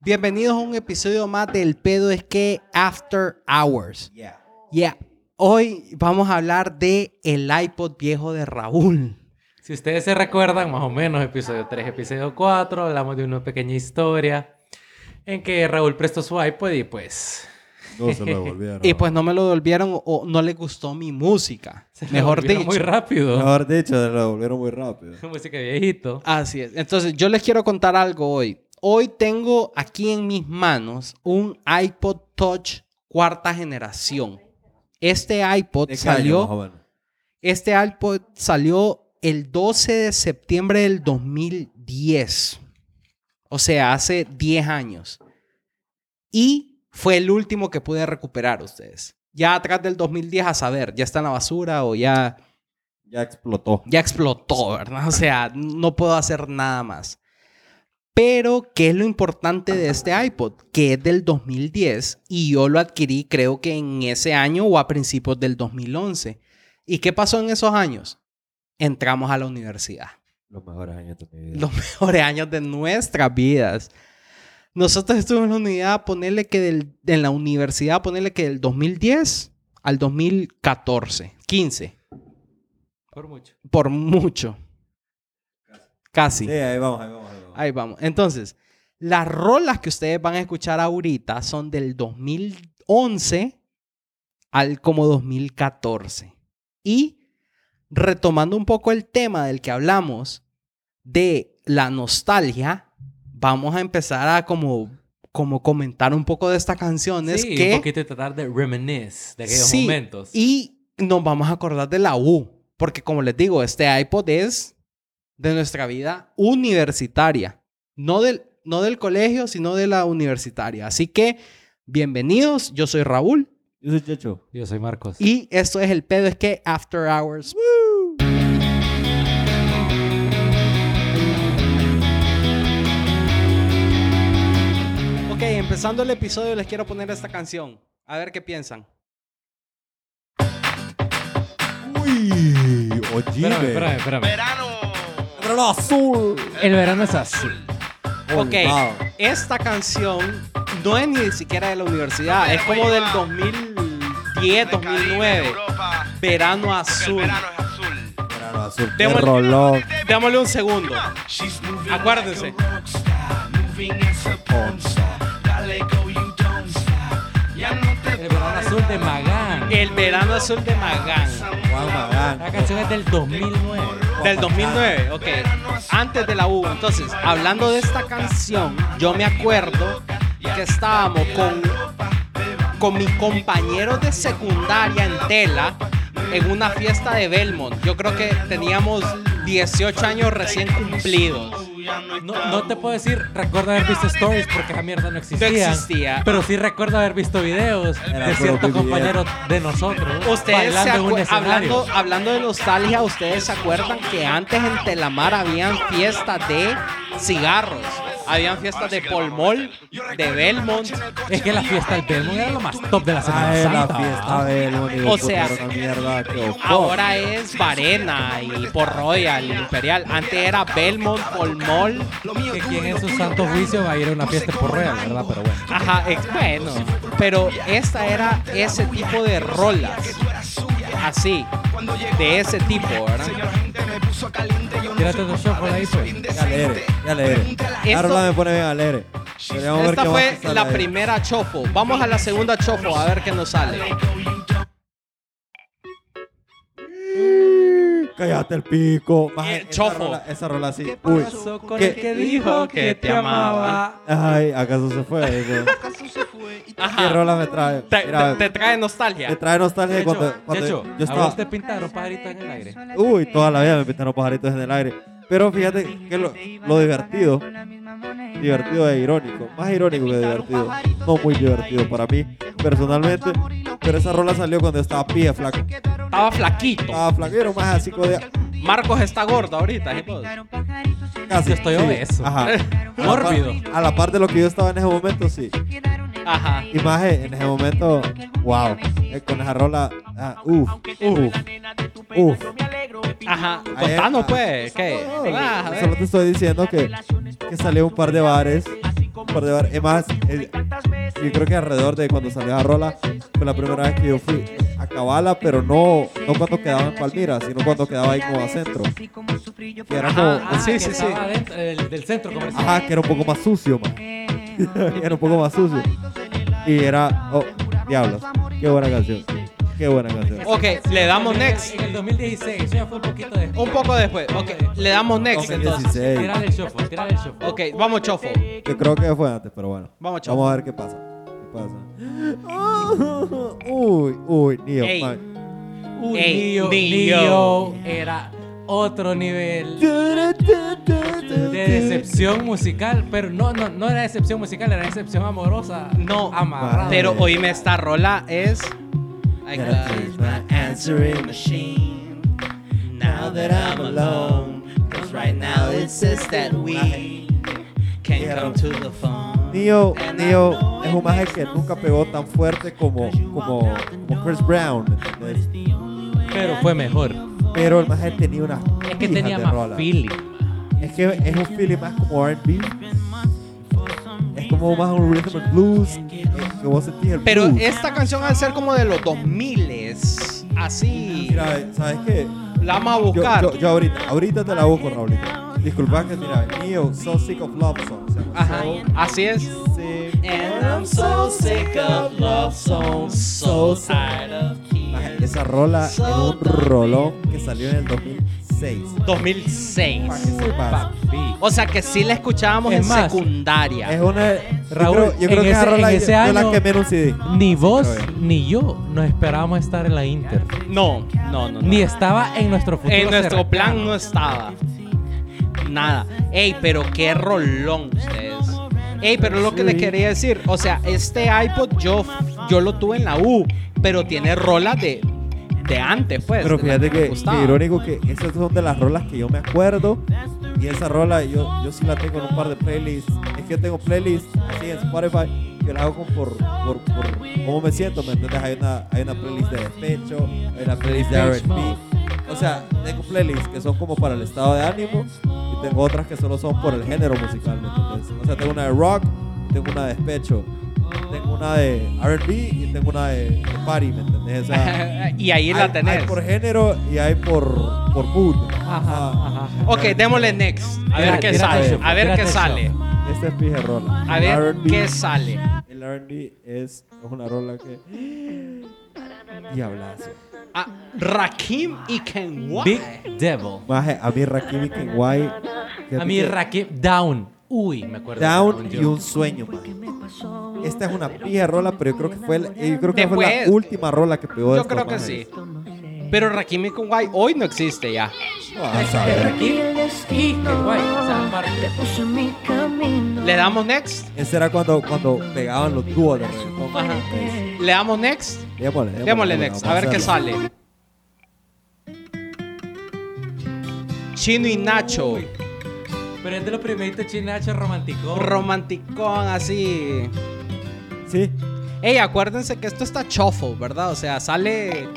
Bienvenidos a un episodio más del pedo es que After Hours. Yeah. Yeah. Hoy vamos a hablar de el iPod viejo de Raúl. Si ustedes se recuerdan, más o menos, episodio 3, episodio 4, hablamos de una pequeña historia en que Raúl prestó su iPod y pues No se lo devolvieron. Y pues no me lo devolvieron o no le gustó mi música. se le mejor volvió dicho. muy rápido. Mejor dicho, se lo devolvieron muy rápido. Música de viejito. Así es. Entonces, yo les quiero contar algo hoy. Hoy tengo aquí en mis manos un iPod Touch cuarta generación. Este iPod ¿De qué año, más salió, o menos? este iPod salió el 12 de septiembre del 2010. O sea, hace 10 años. Y fue el último que pude recuperar ustedes. Ya atrás del 2010 a saber, ya está en la basura o ya Ya explotó. ya explotó, ¿verdad? O sea, no puedo hacer nada más. Pero, ¿qué es lo importante de este iPod? Que es del 2010 y yo lo adquirí creo que en ese año o a principios del 2011. ¿Y qué pasó en esos años? Entramos a la universidad. Los mejores años de mi vida. Los mejores años de nuestras vidas. Nosotros estuvimos en la unidad, ponerle que del, en la universidad, ponerle que del 2010 al 2014, 15, Por mucho. por mucho. Casi. Sí, ahí vamos, ahí vamos. Ahí vamos. Ahí vamos. Entonces, las rolas que ustedes van a escuchar ahorita son del 2011 al como 2014. Y retomando un poco el tema del que hablamos de la nostalgia, vamos a empezar a como, como comentar un poco de estas canciones Sí, que un poquito de tratar de reminisce de aquellos Sí, momentos. y nos vamos a acordar de la U, porque como les digo, este iPod es de nuestra vida universitaria, no del, no del colegio, sino de la universitaria. Así que, bienvenidos, yo soy Raúl Yo soy Checho. Yo soy Marcos. y esto es el pedo, es que After Hours. Ok, empezando el episodio les quiero poner esta canción, a ver qué piensan. Uy, espérame, oye. espérame, espérame. Pero lo azul. El verano es así. Ok, Volcado. esta canción no es ni siquiera de la universidad, es como del 2010, 2009. Verano azul. Pero lo azul. Qué Démosle- rolón. Démosle un segundo. Acuérdense. Acuérdense. El verano azul de Magán. El verano azul de Magán. Juan La Magán. canción es del 2009. Del 2009, ok. Antes de la U. Entonces, hablando de esta canción, yo me acuerdo que estábamos con, con mis compañeros de secundaria en tela en una fiesta de Belmont. Yo creo que teníamos 18 años recién cumplidos. No, no te puedo decir, recuerdo haber visto stories porque esa mierda no existía. existía. Pero sí recuerdo haber visto videos Era de puro cierto video. compañero de nosotros. Ustedes se bailando en un acuer- escenario. hablando, hablando de nostalgia, ustedes se acuerdan que antes en Telamar habían fiestas de cigarros, habían fiestas de Polmol, de Belmont. Es que la fiesta del Belmont era lo más top de la Semana Ah, es la Santa. fiesta del único O sea, puto, una mierda que ojo. Ahora es Varena y por Royal, Imperial. Antes era Belmont, Polmol. Que quien en su santo juicio va a ir a una fiesta por real, ¿verdad? Pero bueno. Ajá, ex- bueno. Pero esta era ese tipo de rolas. Así, de ese tipo, ¿verdad? Tírate dos shuffle ahí, pues. Ya alegre, ya alegre. Esto- Ahora me pone bien alegre. Queremos ver Esta qué fue más sale la ahí. primera chopo. Vamos a la segunda chopo a ver qué nos sale. Cállate el pico. Maje, el esa chofo. rola- Esa rola así. ¿Qué Uy. pasó con el que dijo que te amaba? Ay, ¿acaso se fue? Digo, ¿Qué Ajá. rola me trae? Te, Mira, eh, te- te trae me nostalgia. trae nostalgia De cuando, hecho, cuando de hecho, yo a vos estaba... te pintaron pajaritos en el aire. Uy, toda la vida me pintaron pajaritos en el aire. Pero fíjate que lo, lo divertido, divertido e irónico, más irónico que divertido, no muy divertido para mí personalmente, pero esa rola salió cuando yo estaba pie flaco. Estaba flaquito. Estaba flaco, era más así como de... Marcos está gordo ahorita. ¿sí? Casi Yo estoy sí, obeso. Ajá. Mórbido. A la par de lo que yo estaba en ese momento, sí. Ajá. Y más eh, en ese momento, wow, eh, con esa rola, ah, uff, uff, uff. Ajá. Ahí Contanos está. pues. ¿Qué? Ah, a ver. Solo te estoy diciendo que, que salí a un par de bares par de bares. Es más, es- yo creo que alrededor de cuando salió a Rola fue la primera vez que yo fui a Cabala, pero no, no cuando quedaba en Palmira, sino cuando quedaba ahí como a centro. Que era como, Ah, ah, sí, que sí, sí. estaba dentro del, del centro comercial. ajá, que era un poco más sucio, man. era un poco más sucio. Y era, oh, diablos, qué buena canción. Qué buena canción. Ok, le damos next. En el 2016, eso ya fue un poquito después. Un poco después. Ok, le damos next entonces. 2016. Tirar el shuffle, tirar el shuffle. Ok, vamos, chofo. Yo creo que fue antes, pero bueno. Vamos, chavo. Vamos a ver qué pasa. ¿Qué pasa? uy, uy, Nio. Ey. man. Un Ey, Neo, Neo. Neo era otro nivel de decepción musical, pero no, no, no era decepción musical, era decepción amorosa. No, amarrada. Pero oíme esta rola es. I Gotta got- use my answering machine. Now that I'm alone, cause right now it says that we can come to the phone. Nio, Nio es un maje que nunca pegó tan fuerte como, como, como Chris Brown. ¿entendés? Pero fue mejor. Pero el maje tenía unas. Es que pijas tenía de más rolas. feeling. Es que es un feeling más como RB. Es como más un rhythm and blues. eh, Que vos sentís el Pero blues. esta canción al ser como de los 2000 así. Mira, ¿sabes qué? La vamos a Yo, buscar. yo, yo ahorita, ahorita te la busco, Raulito. Disculpa que mira, Neo, So Sick of Love Song. se llama. Ajá, así es. So sick. And I'm so sick of love songs, so tired of Maje, tears. Esa rola es un rolón que salió en el 2006. Para que 2006. sepas. O sea que sí la escuchábamos Es en más, secundaria. Es una. Raúl, yo creo, yo creo en que esa ese- rola en yo, ese yo la año- quemé en un CD. Ni vos Creo yo. ni yo nos esperábamos estar en la Inter. No, no, no. no. Ni estaba en nuestro futuro. En nuestro cercano. plan no estaba. Nada. Ey, pero qué rolón ustedes. Ey, pero lo que les quería decir, o sea, este iPod yo, yo lo tuve en la U, pero tiene rolas de, de antes, pues. Pero de las me fíjate que, gustaban. que irónico que esas son de las rolas que yo me acuerdo. Y esa rola yo, yo sí la tengo en un par de playlists. Es que yo tengo playlists así en Spotify. Yo la hago como por, por, por cómo me siento, ¿me entiendes? Hay una, hay una playlist de despecho, hay una playlist de Despecho RB. mode. O sea, tengo playlists que son como para el estado de ánimo y tengo otras que solo son por el género musical, ¿me entiendes? O sea, tengo una de rock, tengo una de despecho, tengo una de RB y tengo una de, de party, ¿me entiendes? O sea, y ahí hay, la tenés. hay por género y hay por, por mood. Ajá, ajá. ok, démosle next. A ver Tírate, qué tírate sale. eso, A ver tírate qué eso. sale. Esta es pija rola. A El ver R&B qué sale. El R&B es, es una rola que... Diablazo. Ah, Rakim y Ken Big White. Devil. Maje, a mí Rakim y Kenway... A mí Rakim Down. Uy, me acuerdo. de Down y yo. un sueño, maje. Esta es una pija rola, pero yo creo que fue, el- yo creo que fue Después- la última rola que pegó Yo esto, creo que maje. sí. Pero Rakim y Ken White hoy no existe ya. No, a saber. Rakim y qué guay. O sea, aparte. Le damos next. Ese era cuando, cuando pegaban los dúos de reggaetón. Ajá. Le damos next. Démosle, Démosle next, a ver qué vamos hacerlo. sale. Chino y Nacho. Pero es de los primeritos chinachos románticos. Romanticón así. Sí, Ey, acuérdense que esto está chofo, ¿verdad? O sea, sale.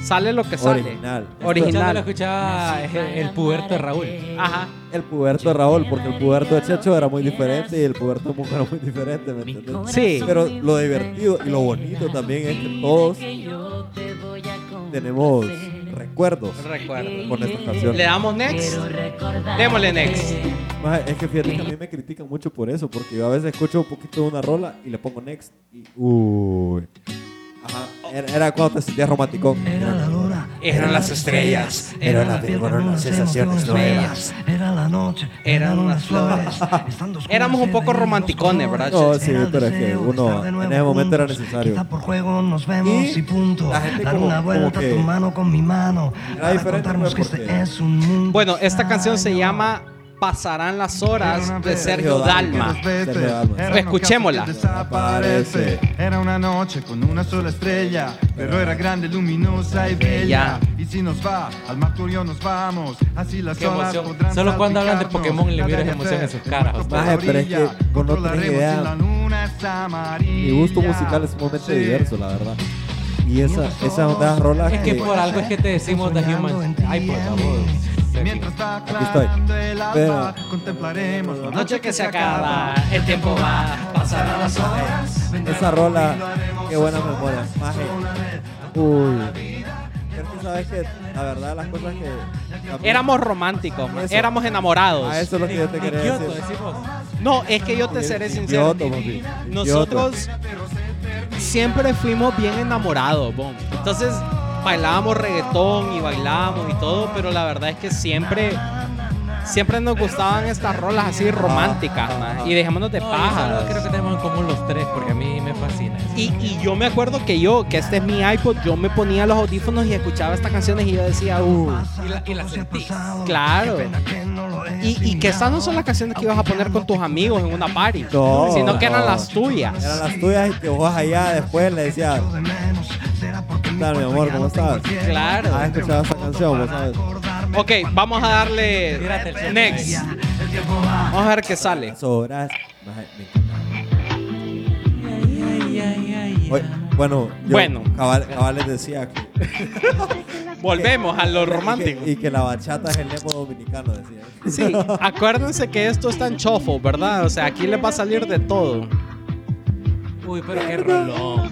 Sale lo que sale. Original. Original. lo Original. escuchaba eh, el, el puberto de Raúl. Ajá. El puberto de Raúl, porque el puberto de Checho era muy diferente y el puberto de Mujo era muy diferente, ¿me entiendes? Sí. Pero lo divertido y lo bonito también es que todos tenemos recuerdos Recuerdo. con estas canciones. Le damos next. Démosle next. Maje, Es que fíjate que a mí me critican mucho por eso, porque yo a veces escucho un poquito de una rola y le pongo next y uy. Ajá, era, era cuando te sentías romántico. Era la luna. Eran las estrellas, Era la fueron las sensaciones nuevas. Era la noche. Eran las flores. Éramos un poco romanticones, ¿verdad? No, sí, pero es que uno en ese momento era necesario. Quizá por juego nos vemos Y y, punto. la gente Dar como- una como vuelta que tu mano con mi mano. era Para diferente, contarnos que pues, porque- este es un mundo. Bueno, esta canción se extraño. llama Pasarán las horas de Sergio Dalma. Sergio Dalma. Escuchémosla. Desaparece. Era una noche con una sola estrella, pero era grande, luminosa y Bella. bella. Y si nos va, al mercurio nos vamos. Así las Qué horas emoción. podrán Solo cuando hablan de salpicarnos. Pokémon le La miras de emoción en sus hacer, caras. el cuerpo Maje, por pero es la orilla. que con no tenés Controlaremos idea. si la luna es amarilla. Mi gusto musical es sumamente Sí. diverso, la verdad. Y esa, esas ondas rolas Es que por algo es que te decimos The Human. Ay, por favor. aquí. Mientras va Aquí estoy. aclarando el alba, Pero- contemplaremos la Noche que se acaba, el tiempo va, pasarán las horas. Esa rola, qué buena memoria. Maje. Uy. Pero tú sabes que la verdad las cosas que... Éramos románticos, Eso. éramos enamorados. Ah, eso es lo que yo te En quería Kioto, decir. decís vos. No, es que yo te seré sincero. Kioto, papi. Nosotros siempre fuimos bien enamorados, bon. Entonces bailábamos reggaetón y bailábamos y todo, pero la verdad es que siempre siempre nos gustaban estas rolas así románticas, Ajá, ma, ajá. y dejémonos de No, yo solo creo que pajas. tenemos en común los tres, porque a mí me fascina. eso. Y, y yo me acuerdo que yo, que este es mi iPod, yo me ponía los audífonos y escuchaba estas canciones y yo decía, uh, Y la- y la sentís. Claro. Qué pena que no lo he y, y que esas no son las canciones que ibas a poner con tus amigos en una party, No, sino que eran no. las tuyas. Eran las tuyas y que vos allá después le decías, hecho de menos. Será porque mi tal mi cuerpo amor, ya ¿cómo no tengo estás? hielo. Claro. ¿Has escuchado Ah, esa canción? ¿Vos sabes? Acordarme Ok, vamos a darle Tírate el centro. next. Vamos a ver qué sale. Las horas. Maje, me encanta. Oye, Bueno, yo Bueno. Cabal, cabal les decía que, Volvemos a lo y romántico. que- y que la bachata es el lema dominicano, decía. Sí, acuérdense que esto está en chofo, ¿verdad? O sea, aquí le va a salir de todo. Uy, pero qué rolón.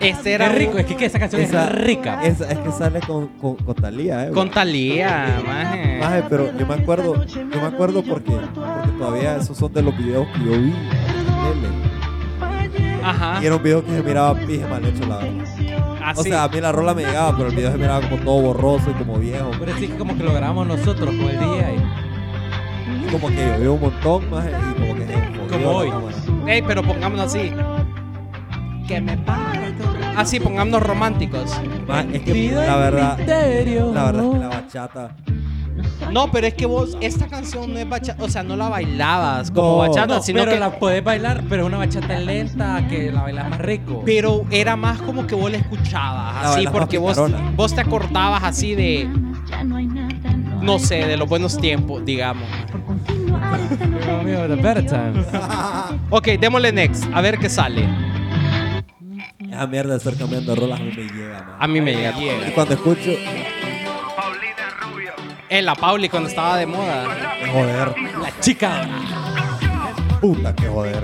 Este Era era rico, es que, que esa canción Esa- es rica. Esa- es que sale con, con, con Talía, eh. con güey. Talía, maje. Maje, pero yo me acuerdo, yo me acuerdo porque, porque todavía esos son de los videos que yo vi. en tele. Ajá. Ah. Y era un video que se miraba pije mal hecho, la verdad. O Así. sea, a mí la rola me llegaba, pero el video se miraba como todo borroso y como viejo. Pero sí que como que lo grabamos nosotros con el día y Y como que llovió un montón, maje, y como que se jodió Como la hoy. cámara. Ey, pero pongámonos así. Que me para tu ra- Así, Ah, pongámonos románticos. Maje, es que la verdad, la verdad es que la bachata. No, pero es que vos, esta canción no es bachata, o sea, no la bailabas como No. bachata, Ah, No, sino pero que la podés bailar, pero es una bachata lenta que la bailas más rico. Pero era más como que vos la escuchabas, así, bailaba porque vos, picarona. vos te acordabas así de, no sé, de los buenos tiempos, digamos. Dios mío, the better times. Ok, démosle next, a ver qué sale. Esa mierda de estar cambiando rolas a mí me llega, maje. A mí me llega. Y cuando escucho, Eh, la Pauli cuando estaba de moda. qué joder, La chica. puta, qué joder.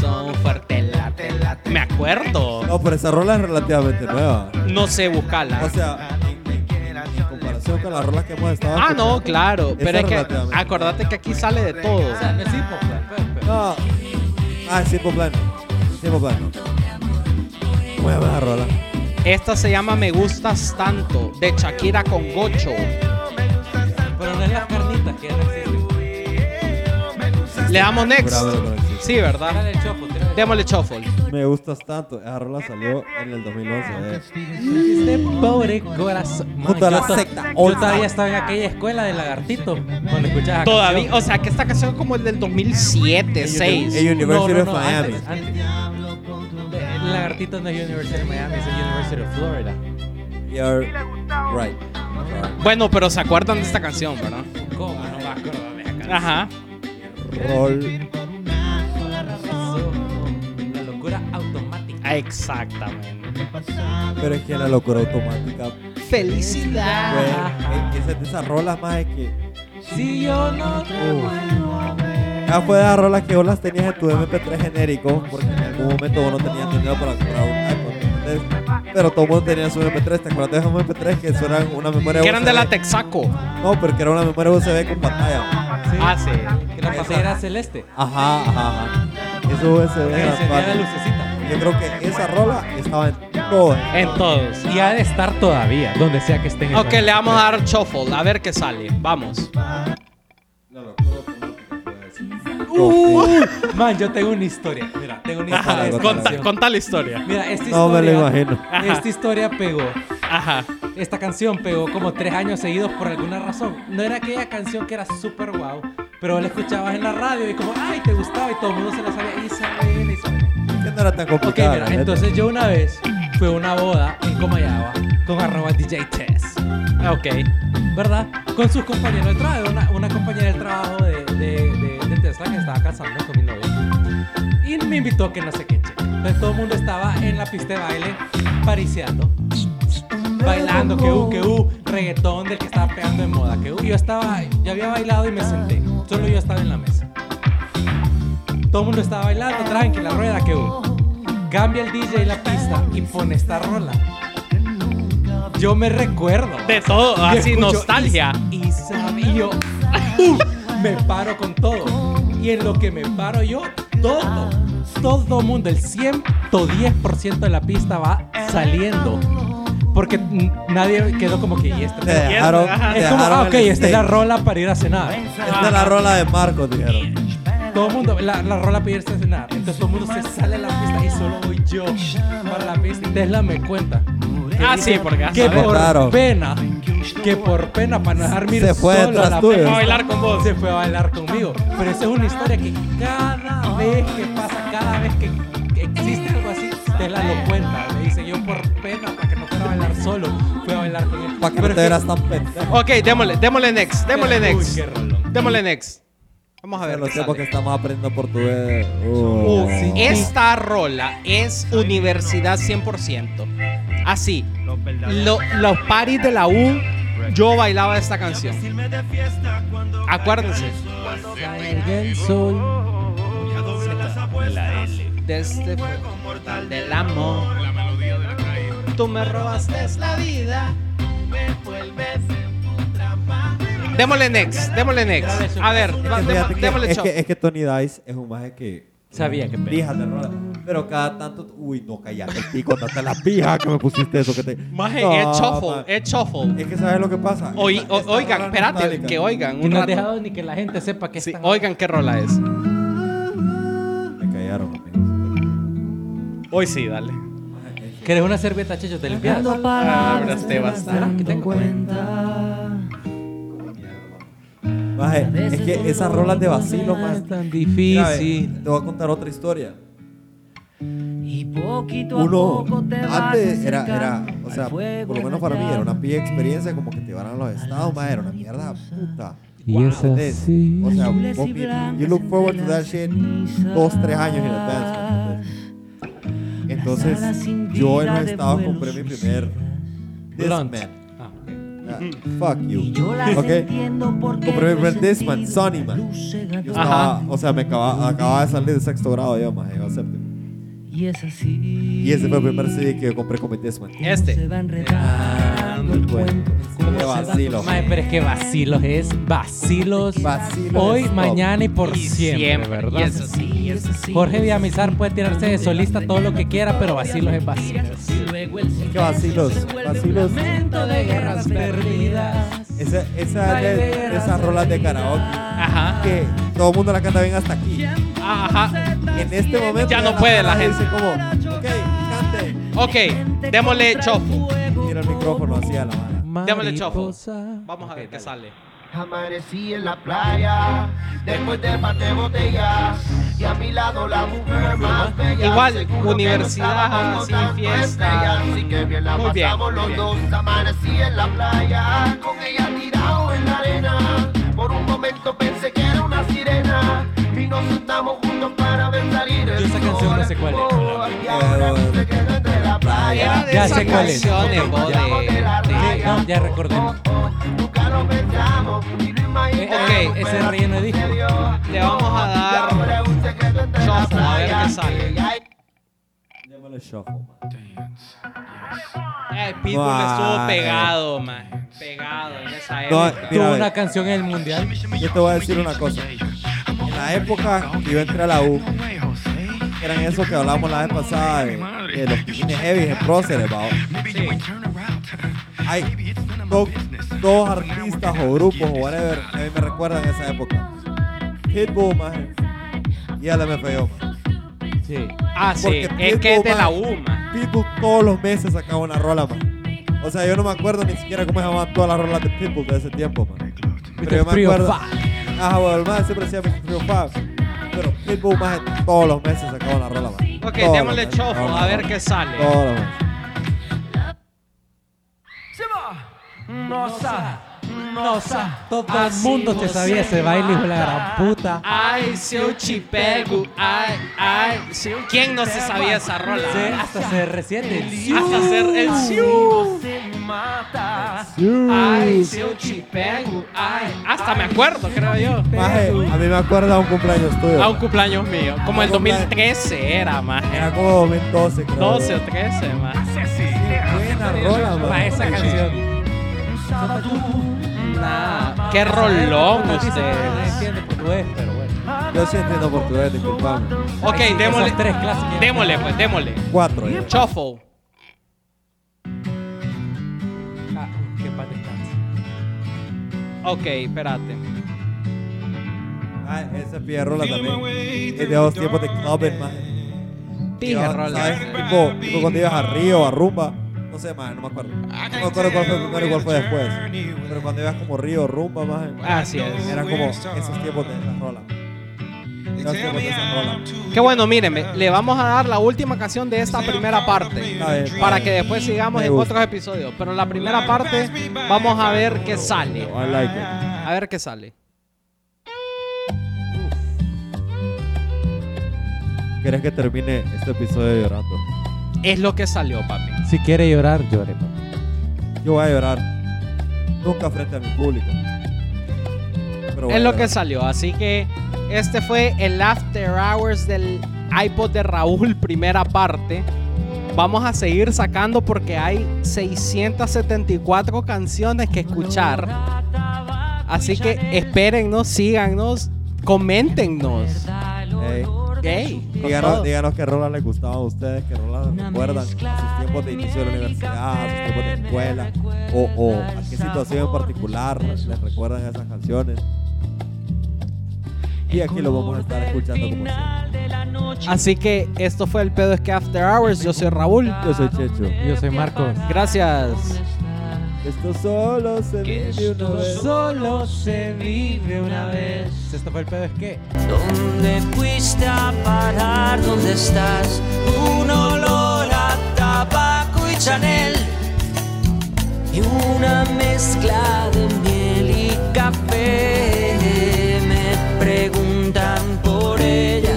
Son fuertes, late, late. Me acuerdo. No, pero esa rola es relativamente nueva. No sé O buscarla. sea, en, en- en comparación con las rolas que hemos estado. Ah, no, escuchando. claro. Pero Esa es que relativamente. acordate que aquí sale de todo. O sea, no es hipo, pues, pues, pues. No. Ah, Simple Plan. Simple Plan. no. Muy buena rola. Esta se llama Me Gustas Tanto, de Shakira con Gocho. Pero no es las carnitas que ya no existen. Le damos next. Bravo, bravo, sí. Sí, ¿verdad? Tírale el chopo, tírale el Démosle shuffle. Me gustas tanto. Esa rola salió en el 2011. eh. Este pobre corazón. Man, Puta, yo la to- secta. Yo todavía estaba en aquella escuela de lagartito cuando escuchaba. esa Todavía, canción. o sea, que esta canción es como el del 2007, Ey, 6. University Este, No, no, of no, Miami. antes, antes. El lagartito no es University of Miami, es el University of Florida. You're right. Bueno, pero se acuerdan de esta canción, ¿verdad? ¿Cómo no me acuerdo de esa canción? Ajá. Roll. La locura automática. Ah, Exactamente. Pero es que la locura automática. Felicidad. Güey, es que esa de esas rolas más es que. Si yo no te Uf. Esa fue de las rolas que vos las tenías en tu MP3 genérico. Porque en algún momento vos no tenías dinero para comprar un iPhone. ¿entendés? Pero todo el mundo tenía su MP3. ¿Te acuerdas de esos MP3 que eso eran una memoria Que eran de la USB? Texaco. No, porque era una memoria USB con pantalla. Ah, sí. Que la pantalla era celeste. Ajá, ajá, ajá. Eso USB Que era encendía la fácil. lucecita. Yo creo que esa rola estaba en todo. En todos. Y ha de estar todavía, donde sea que estén. Ok, le vamos a dar shuffle, a ver qué sale. Vamos. Man, yo tengo una historia. Mira, tengo una historia. de Ajá, esta conta, canción. conta la historia. Mira, esta historia. No me lo imagino. Esta historia pegó. Ajá. Esta canción pegó como tres años seguidos por alguna razón. No era aquella canción que era súper guau, pero la escuchabas en la radio y como, ay, te gustaba y todo el mundo se la sabía. Isabel, Isabel. Que no era tan Ok, complicado. mira, entonces yo una vez fui a una boda en Comayagua con arroba DJ Chess, Ah, Ok. ¿verdad? Con sus compañeros de trabajo, una, una compañera del trabajo de, de- de- de Tesla que estaba casando con mi novio. Y me invitó a que no sé qué cheque. Entonces todo el mundo estaba en la pista de baile pariseando. bailando, que uh, que uh, reggaetón del que estaba pegando de moda, que uh. Yo estaba, yo había bailado y me senté, solo yo estaba en la mesa. Todo el mundo estaba bailando, tranqui, la rueda, que uh. Cambia el DJ la pista y pone esta rola. Yo me recuerdo. De todo, Yo así, escucho nostalgia. Is- Isabel, Y yo ¡pum! me paro con todo. Y en lo que me paro yo, todo, todo mundo, el 110% de la pista va saliendo. Porque n- nadie quedó como que, y este Te es dejaron. como, ¿eh? te Es como, dejaron ah, el ok, este esta es la stage. rola para ir a cenar. Esta es Ah. la rola de Marcos, dijeron. Todo el mundo, la, la rola para irse a cenar. Entonces todo el mundo se sale de la pista y solo voy yo para la pista. Tesla me cuenta Ah, sí, porque así. que Sabe por raro. pena, que por pena para no dejarme ir Se fue solo a detrás la tuyo. pista, A bailar con vos. Se fue a bailar conmigo. Pero esa es una historia que cada vez que pasa, cada vez que existe algo así, Tesla lo cuenta. Me dice, yo por pena, para que no fuera a bailar solo, fui a bailar con él. Para que Pero no te es veras tan pendejo. Ok, démosle, démosle next, démosle Uy, next. qué rolón. Démosle next. Vamos a ver. Los qué tiempos que sale. estamos aprendiendo portugués. Uh. sí. Esta rola es universidad 100%. Así, lo- los paris de la U, yo bailaba esta canción. Acuérdense. Salga el sol. de este fuego mortal del amor. Tú me robaste la vida, Démosle next, démosle next. A ver, va, Que fíjate démo- que démosle es, chop. que, es que Tony Dice es un maje que. Sabía que pena. Pija de rola. Pero cada tanto. Uy, no callate el pico, andate a la pija que me pusiste eso que te. Maje, No, es ma- shuffle, es shuffle. Es que sabes lo que pasa. Oí- Esta- o- esta oigan, rola espérate, nostálgica. que oigan. Y Un no has rato. dejado ni que la gente sepa que Sí, están- oigan qué rola es. Me callaron, amigos. Hoy sí, dale. ¿Querés una servieta, Checho? Te limpias. Ah. Palabras te bastarán. ¿Será que tengo? Maje, es que esas rolas de vacilo, No más. es Mira, tan ve, difícil. Te voy a contar otra historia. Y poquito a Uno, poco te vas antes era, era, acercando o al sea, fuego por lo menos para mí era una pilla experiencia como que te van a los estados, más era una mierda puta. Y Wow, es ¿entendés? así. O sea, Azules y vos vi- you blancas look forward to entre that las shit cenizas. dos, tres años en advance. ¿entendés? alas Entonces, sin yo en vida los de estados vuelos compré mi primer Blunt. Discman. Ah, ok. Ah, fuck you. Y yo las Ok. entiendo porque Compré el yo he Brent Disman, sentido Sonny la Man. luz cegadora. Yo estaba, o sea, me acababa, acababa de salir de sexto grado yo, más, yo séptimo. Y es así. Y ese fue el primer CD que yo compré con mi Discman. cómo Este. Se va enredando el cuento. Qué vacilo. Mae, pero es que vacilos es vacilos. Vacilos Hoy, es top. mañana y por Y siempre, ¿verdad? Y eso sí. Y es así. Jorge Villamizar puede tirarse de solista todo lo que quiera, pero vacilos es vacilos. Luego el silencio Qué vacilos, se vuelve un vacilos. lamento de guerras perdidas. Esa, esa, de, esas rolas de karaoke Ajá. que todo el mundo la canta bien hasta aquí. Ajá. En este momento Ya no puede la gente. Dice como, ok, cante. Ok, démosle chofo. Tira el micrófono así a la mano. Démosle chofo. Mariposa. Vamos a ver qué sale. Amanecí en la playa, después de par de botellas, y a mi lado la mujer más bella. Igual, Seguro que no universidad, estábamos sin tan fiesta. estrellas, Así que bien la Muy bien, pasamos muy los bien. dos. Amanecí en la playa, con ella tirado en la arena. Por un momento pensé que era una sirena, y nos sentamos juntos para ver salir el Yo esa canción no sol. sé cuál es. Oh, y ahora Pero- me quedo entre la playa. Ya sé cuál es. canciones, vos, de- de- Sí, no, ya recordé. Nunca lo pensamos, y lo imaginamos, Ok, Eh, ah, ese pero relleno de disco. Le vamos a dar chofo a ver qué sale. Démosle shuffle, man. El Pitbull Guau. estuvo pegado, man. Pegado en esa No, época. mira, Tuvo ve, una canción en el mundial. yo te voy a decir una cosa. En la época que yo entré a la U, eran esos que hablábamos la vez pasada de, de los pines heavy, de próceres, va. Hay do- dos artistas o grupos o whatever que a mí me recuerdan esa época. Pitbull, man. Y LMFAO, man. Sí. Ah, sí. Porque Es que es Pitbull, de la man, U, man. Pitbull todos los meses sacaba una rola, man. O sea, yo no me acuerdo ni siquiera cómo se llamaban todas las rolas de Pitbull de ese tiempo, man. Viste, yo me Free of acuerdo. Five. Ajá, bueno, el man siempre decía Free of Five. Pero Pitbull, man, todos los meses sacaba una rola, man. Ok, Todos los démosle meses sacaba chofo una a ver rola. qué sale. Todos los meses. Nosa, nosa. Todo el Así mundo te você sabía ese baile, hijo de la gran mata. puta. Ay, si yo te pego, ay, ay. si eu- ¿Quién no se sabía esa rola? Sí, hasta se resiente. Hasta hacer el siu. mata. Ay, Ai, se eu te pego, ai. Hasta me acuerdo, creo yo. Maje, a mí me acuerda un cumpleaños tuyo. A un cumpleaños mío. Como el 2013 era, Era maje. como 2012, creo. 12 o 13, maje. Buena rola, Maje, maje. Ah, esa canción. Nah, qué rolón ustedes. entiende portugués, pero bueno. Yo sí entiendo portugués, disculpame. Ok, démosle. Esas tres clases que- Démosle, pues, démosle. Cuatro. ¿eh? ya. Shuffle. Ah, qué paz descanse. Ok, espérate. Ah, esa pilla rola también. Es de los tiempos de clubbing, maje. Pija Llevaba, rola. ¿sabes? Tipo, tipo cuando ibas a Río, a Rumba. No sé, maje, no me acuerdo. No me acuerdo cuál fue primero y cuál fue después. Pero cuando ibas como Río, Rumba, maje. Así es. Eran como esos tiempos de la rola. Esos tiempos de esa rola. Qué bueno, mírenme, le vamos a dar la última canción de esta primera parte A ver. para que después sigamos Me en gusta. otros episodios. Pero en la primera parte vamos a ver qué sale. I like it. A ver qué sale. ¿Querés que termine este episodio llorando? Es lo que salió, papi. Si quiere llorar, llore, papi. Yo voy a llorar. Nunca frente a mi público. Pero voy a Es lo que llorar. salió. Así que este fue el After Hours del iPod de Raúl, primera parte. Vamos a seguir sacando porque hay 674 canciones que escuchar. Así que espérennos, síganos, coméntenos. Ey, Ey, con todo. Díganos, díganos qué rolas les gustaban a ustedes, qué rolas recuerdan, sus tiempos de inicio de la universidad, sus tiempos de escuela, o, o a qué situación en particular les recuerdan esas canciones. Y aquí lo vamos a estar escuchando como siempre. Así que esto fue el pedo es que After Hours. Yo soy Raúl. Yo soy Checho. Yo soy Marcos. Gracias. Esto solo se vive una vez. Solo se vive una vez. Esto fue el pedo es que. ¿Dónde fuiste a parar? ¿Dónde estás? Un olor a tabaco y Chanel y una mezcla de miel y café. Me preguntan por ella.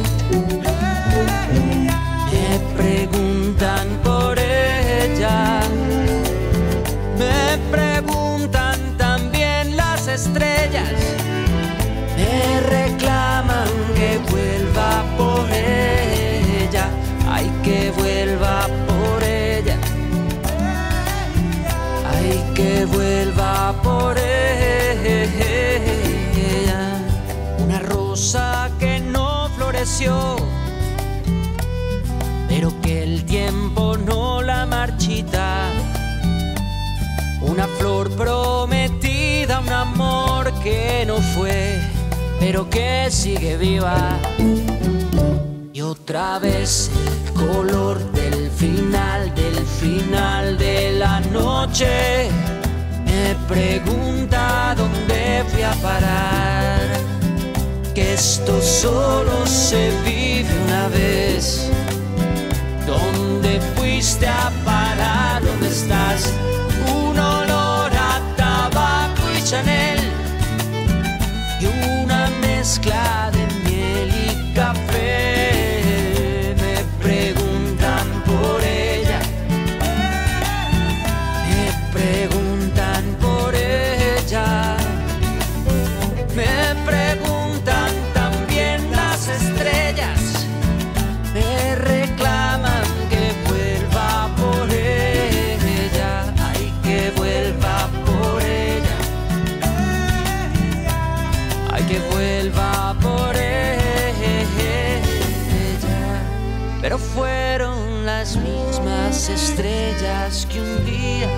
Me preguntan por ella. Me preguntan también las estrellas. Me reclaman que vuelva por ella, ay que vuelva por ella, ay que vuelva por ella. Una rosa que no floreció, pero que el tiempo no la marchita. Una flor prometida, un amor que no fue, pero que sigue viva. Y otra vez el color del final, del final de la noche. Me pregunta dónde fui a parar. Que esto solo se vive una vez. ¿Dónde fuiste a parar? ¿Dónde estás? Un olor a tabaco y Chanel y una mezcla de miel y café. Me preguntan por ella, me preguntan por ella, me preguntan también las estrellas. Me reclaman que vuelva por ella, ay que vuelva por ella, ay que vuelva por ella. Pero fueron las mismas estrellas que un día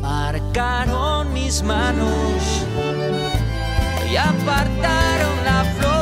marcaron mis manos y apartaron la flor.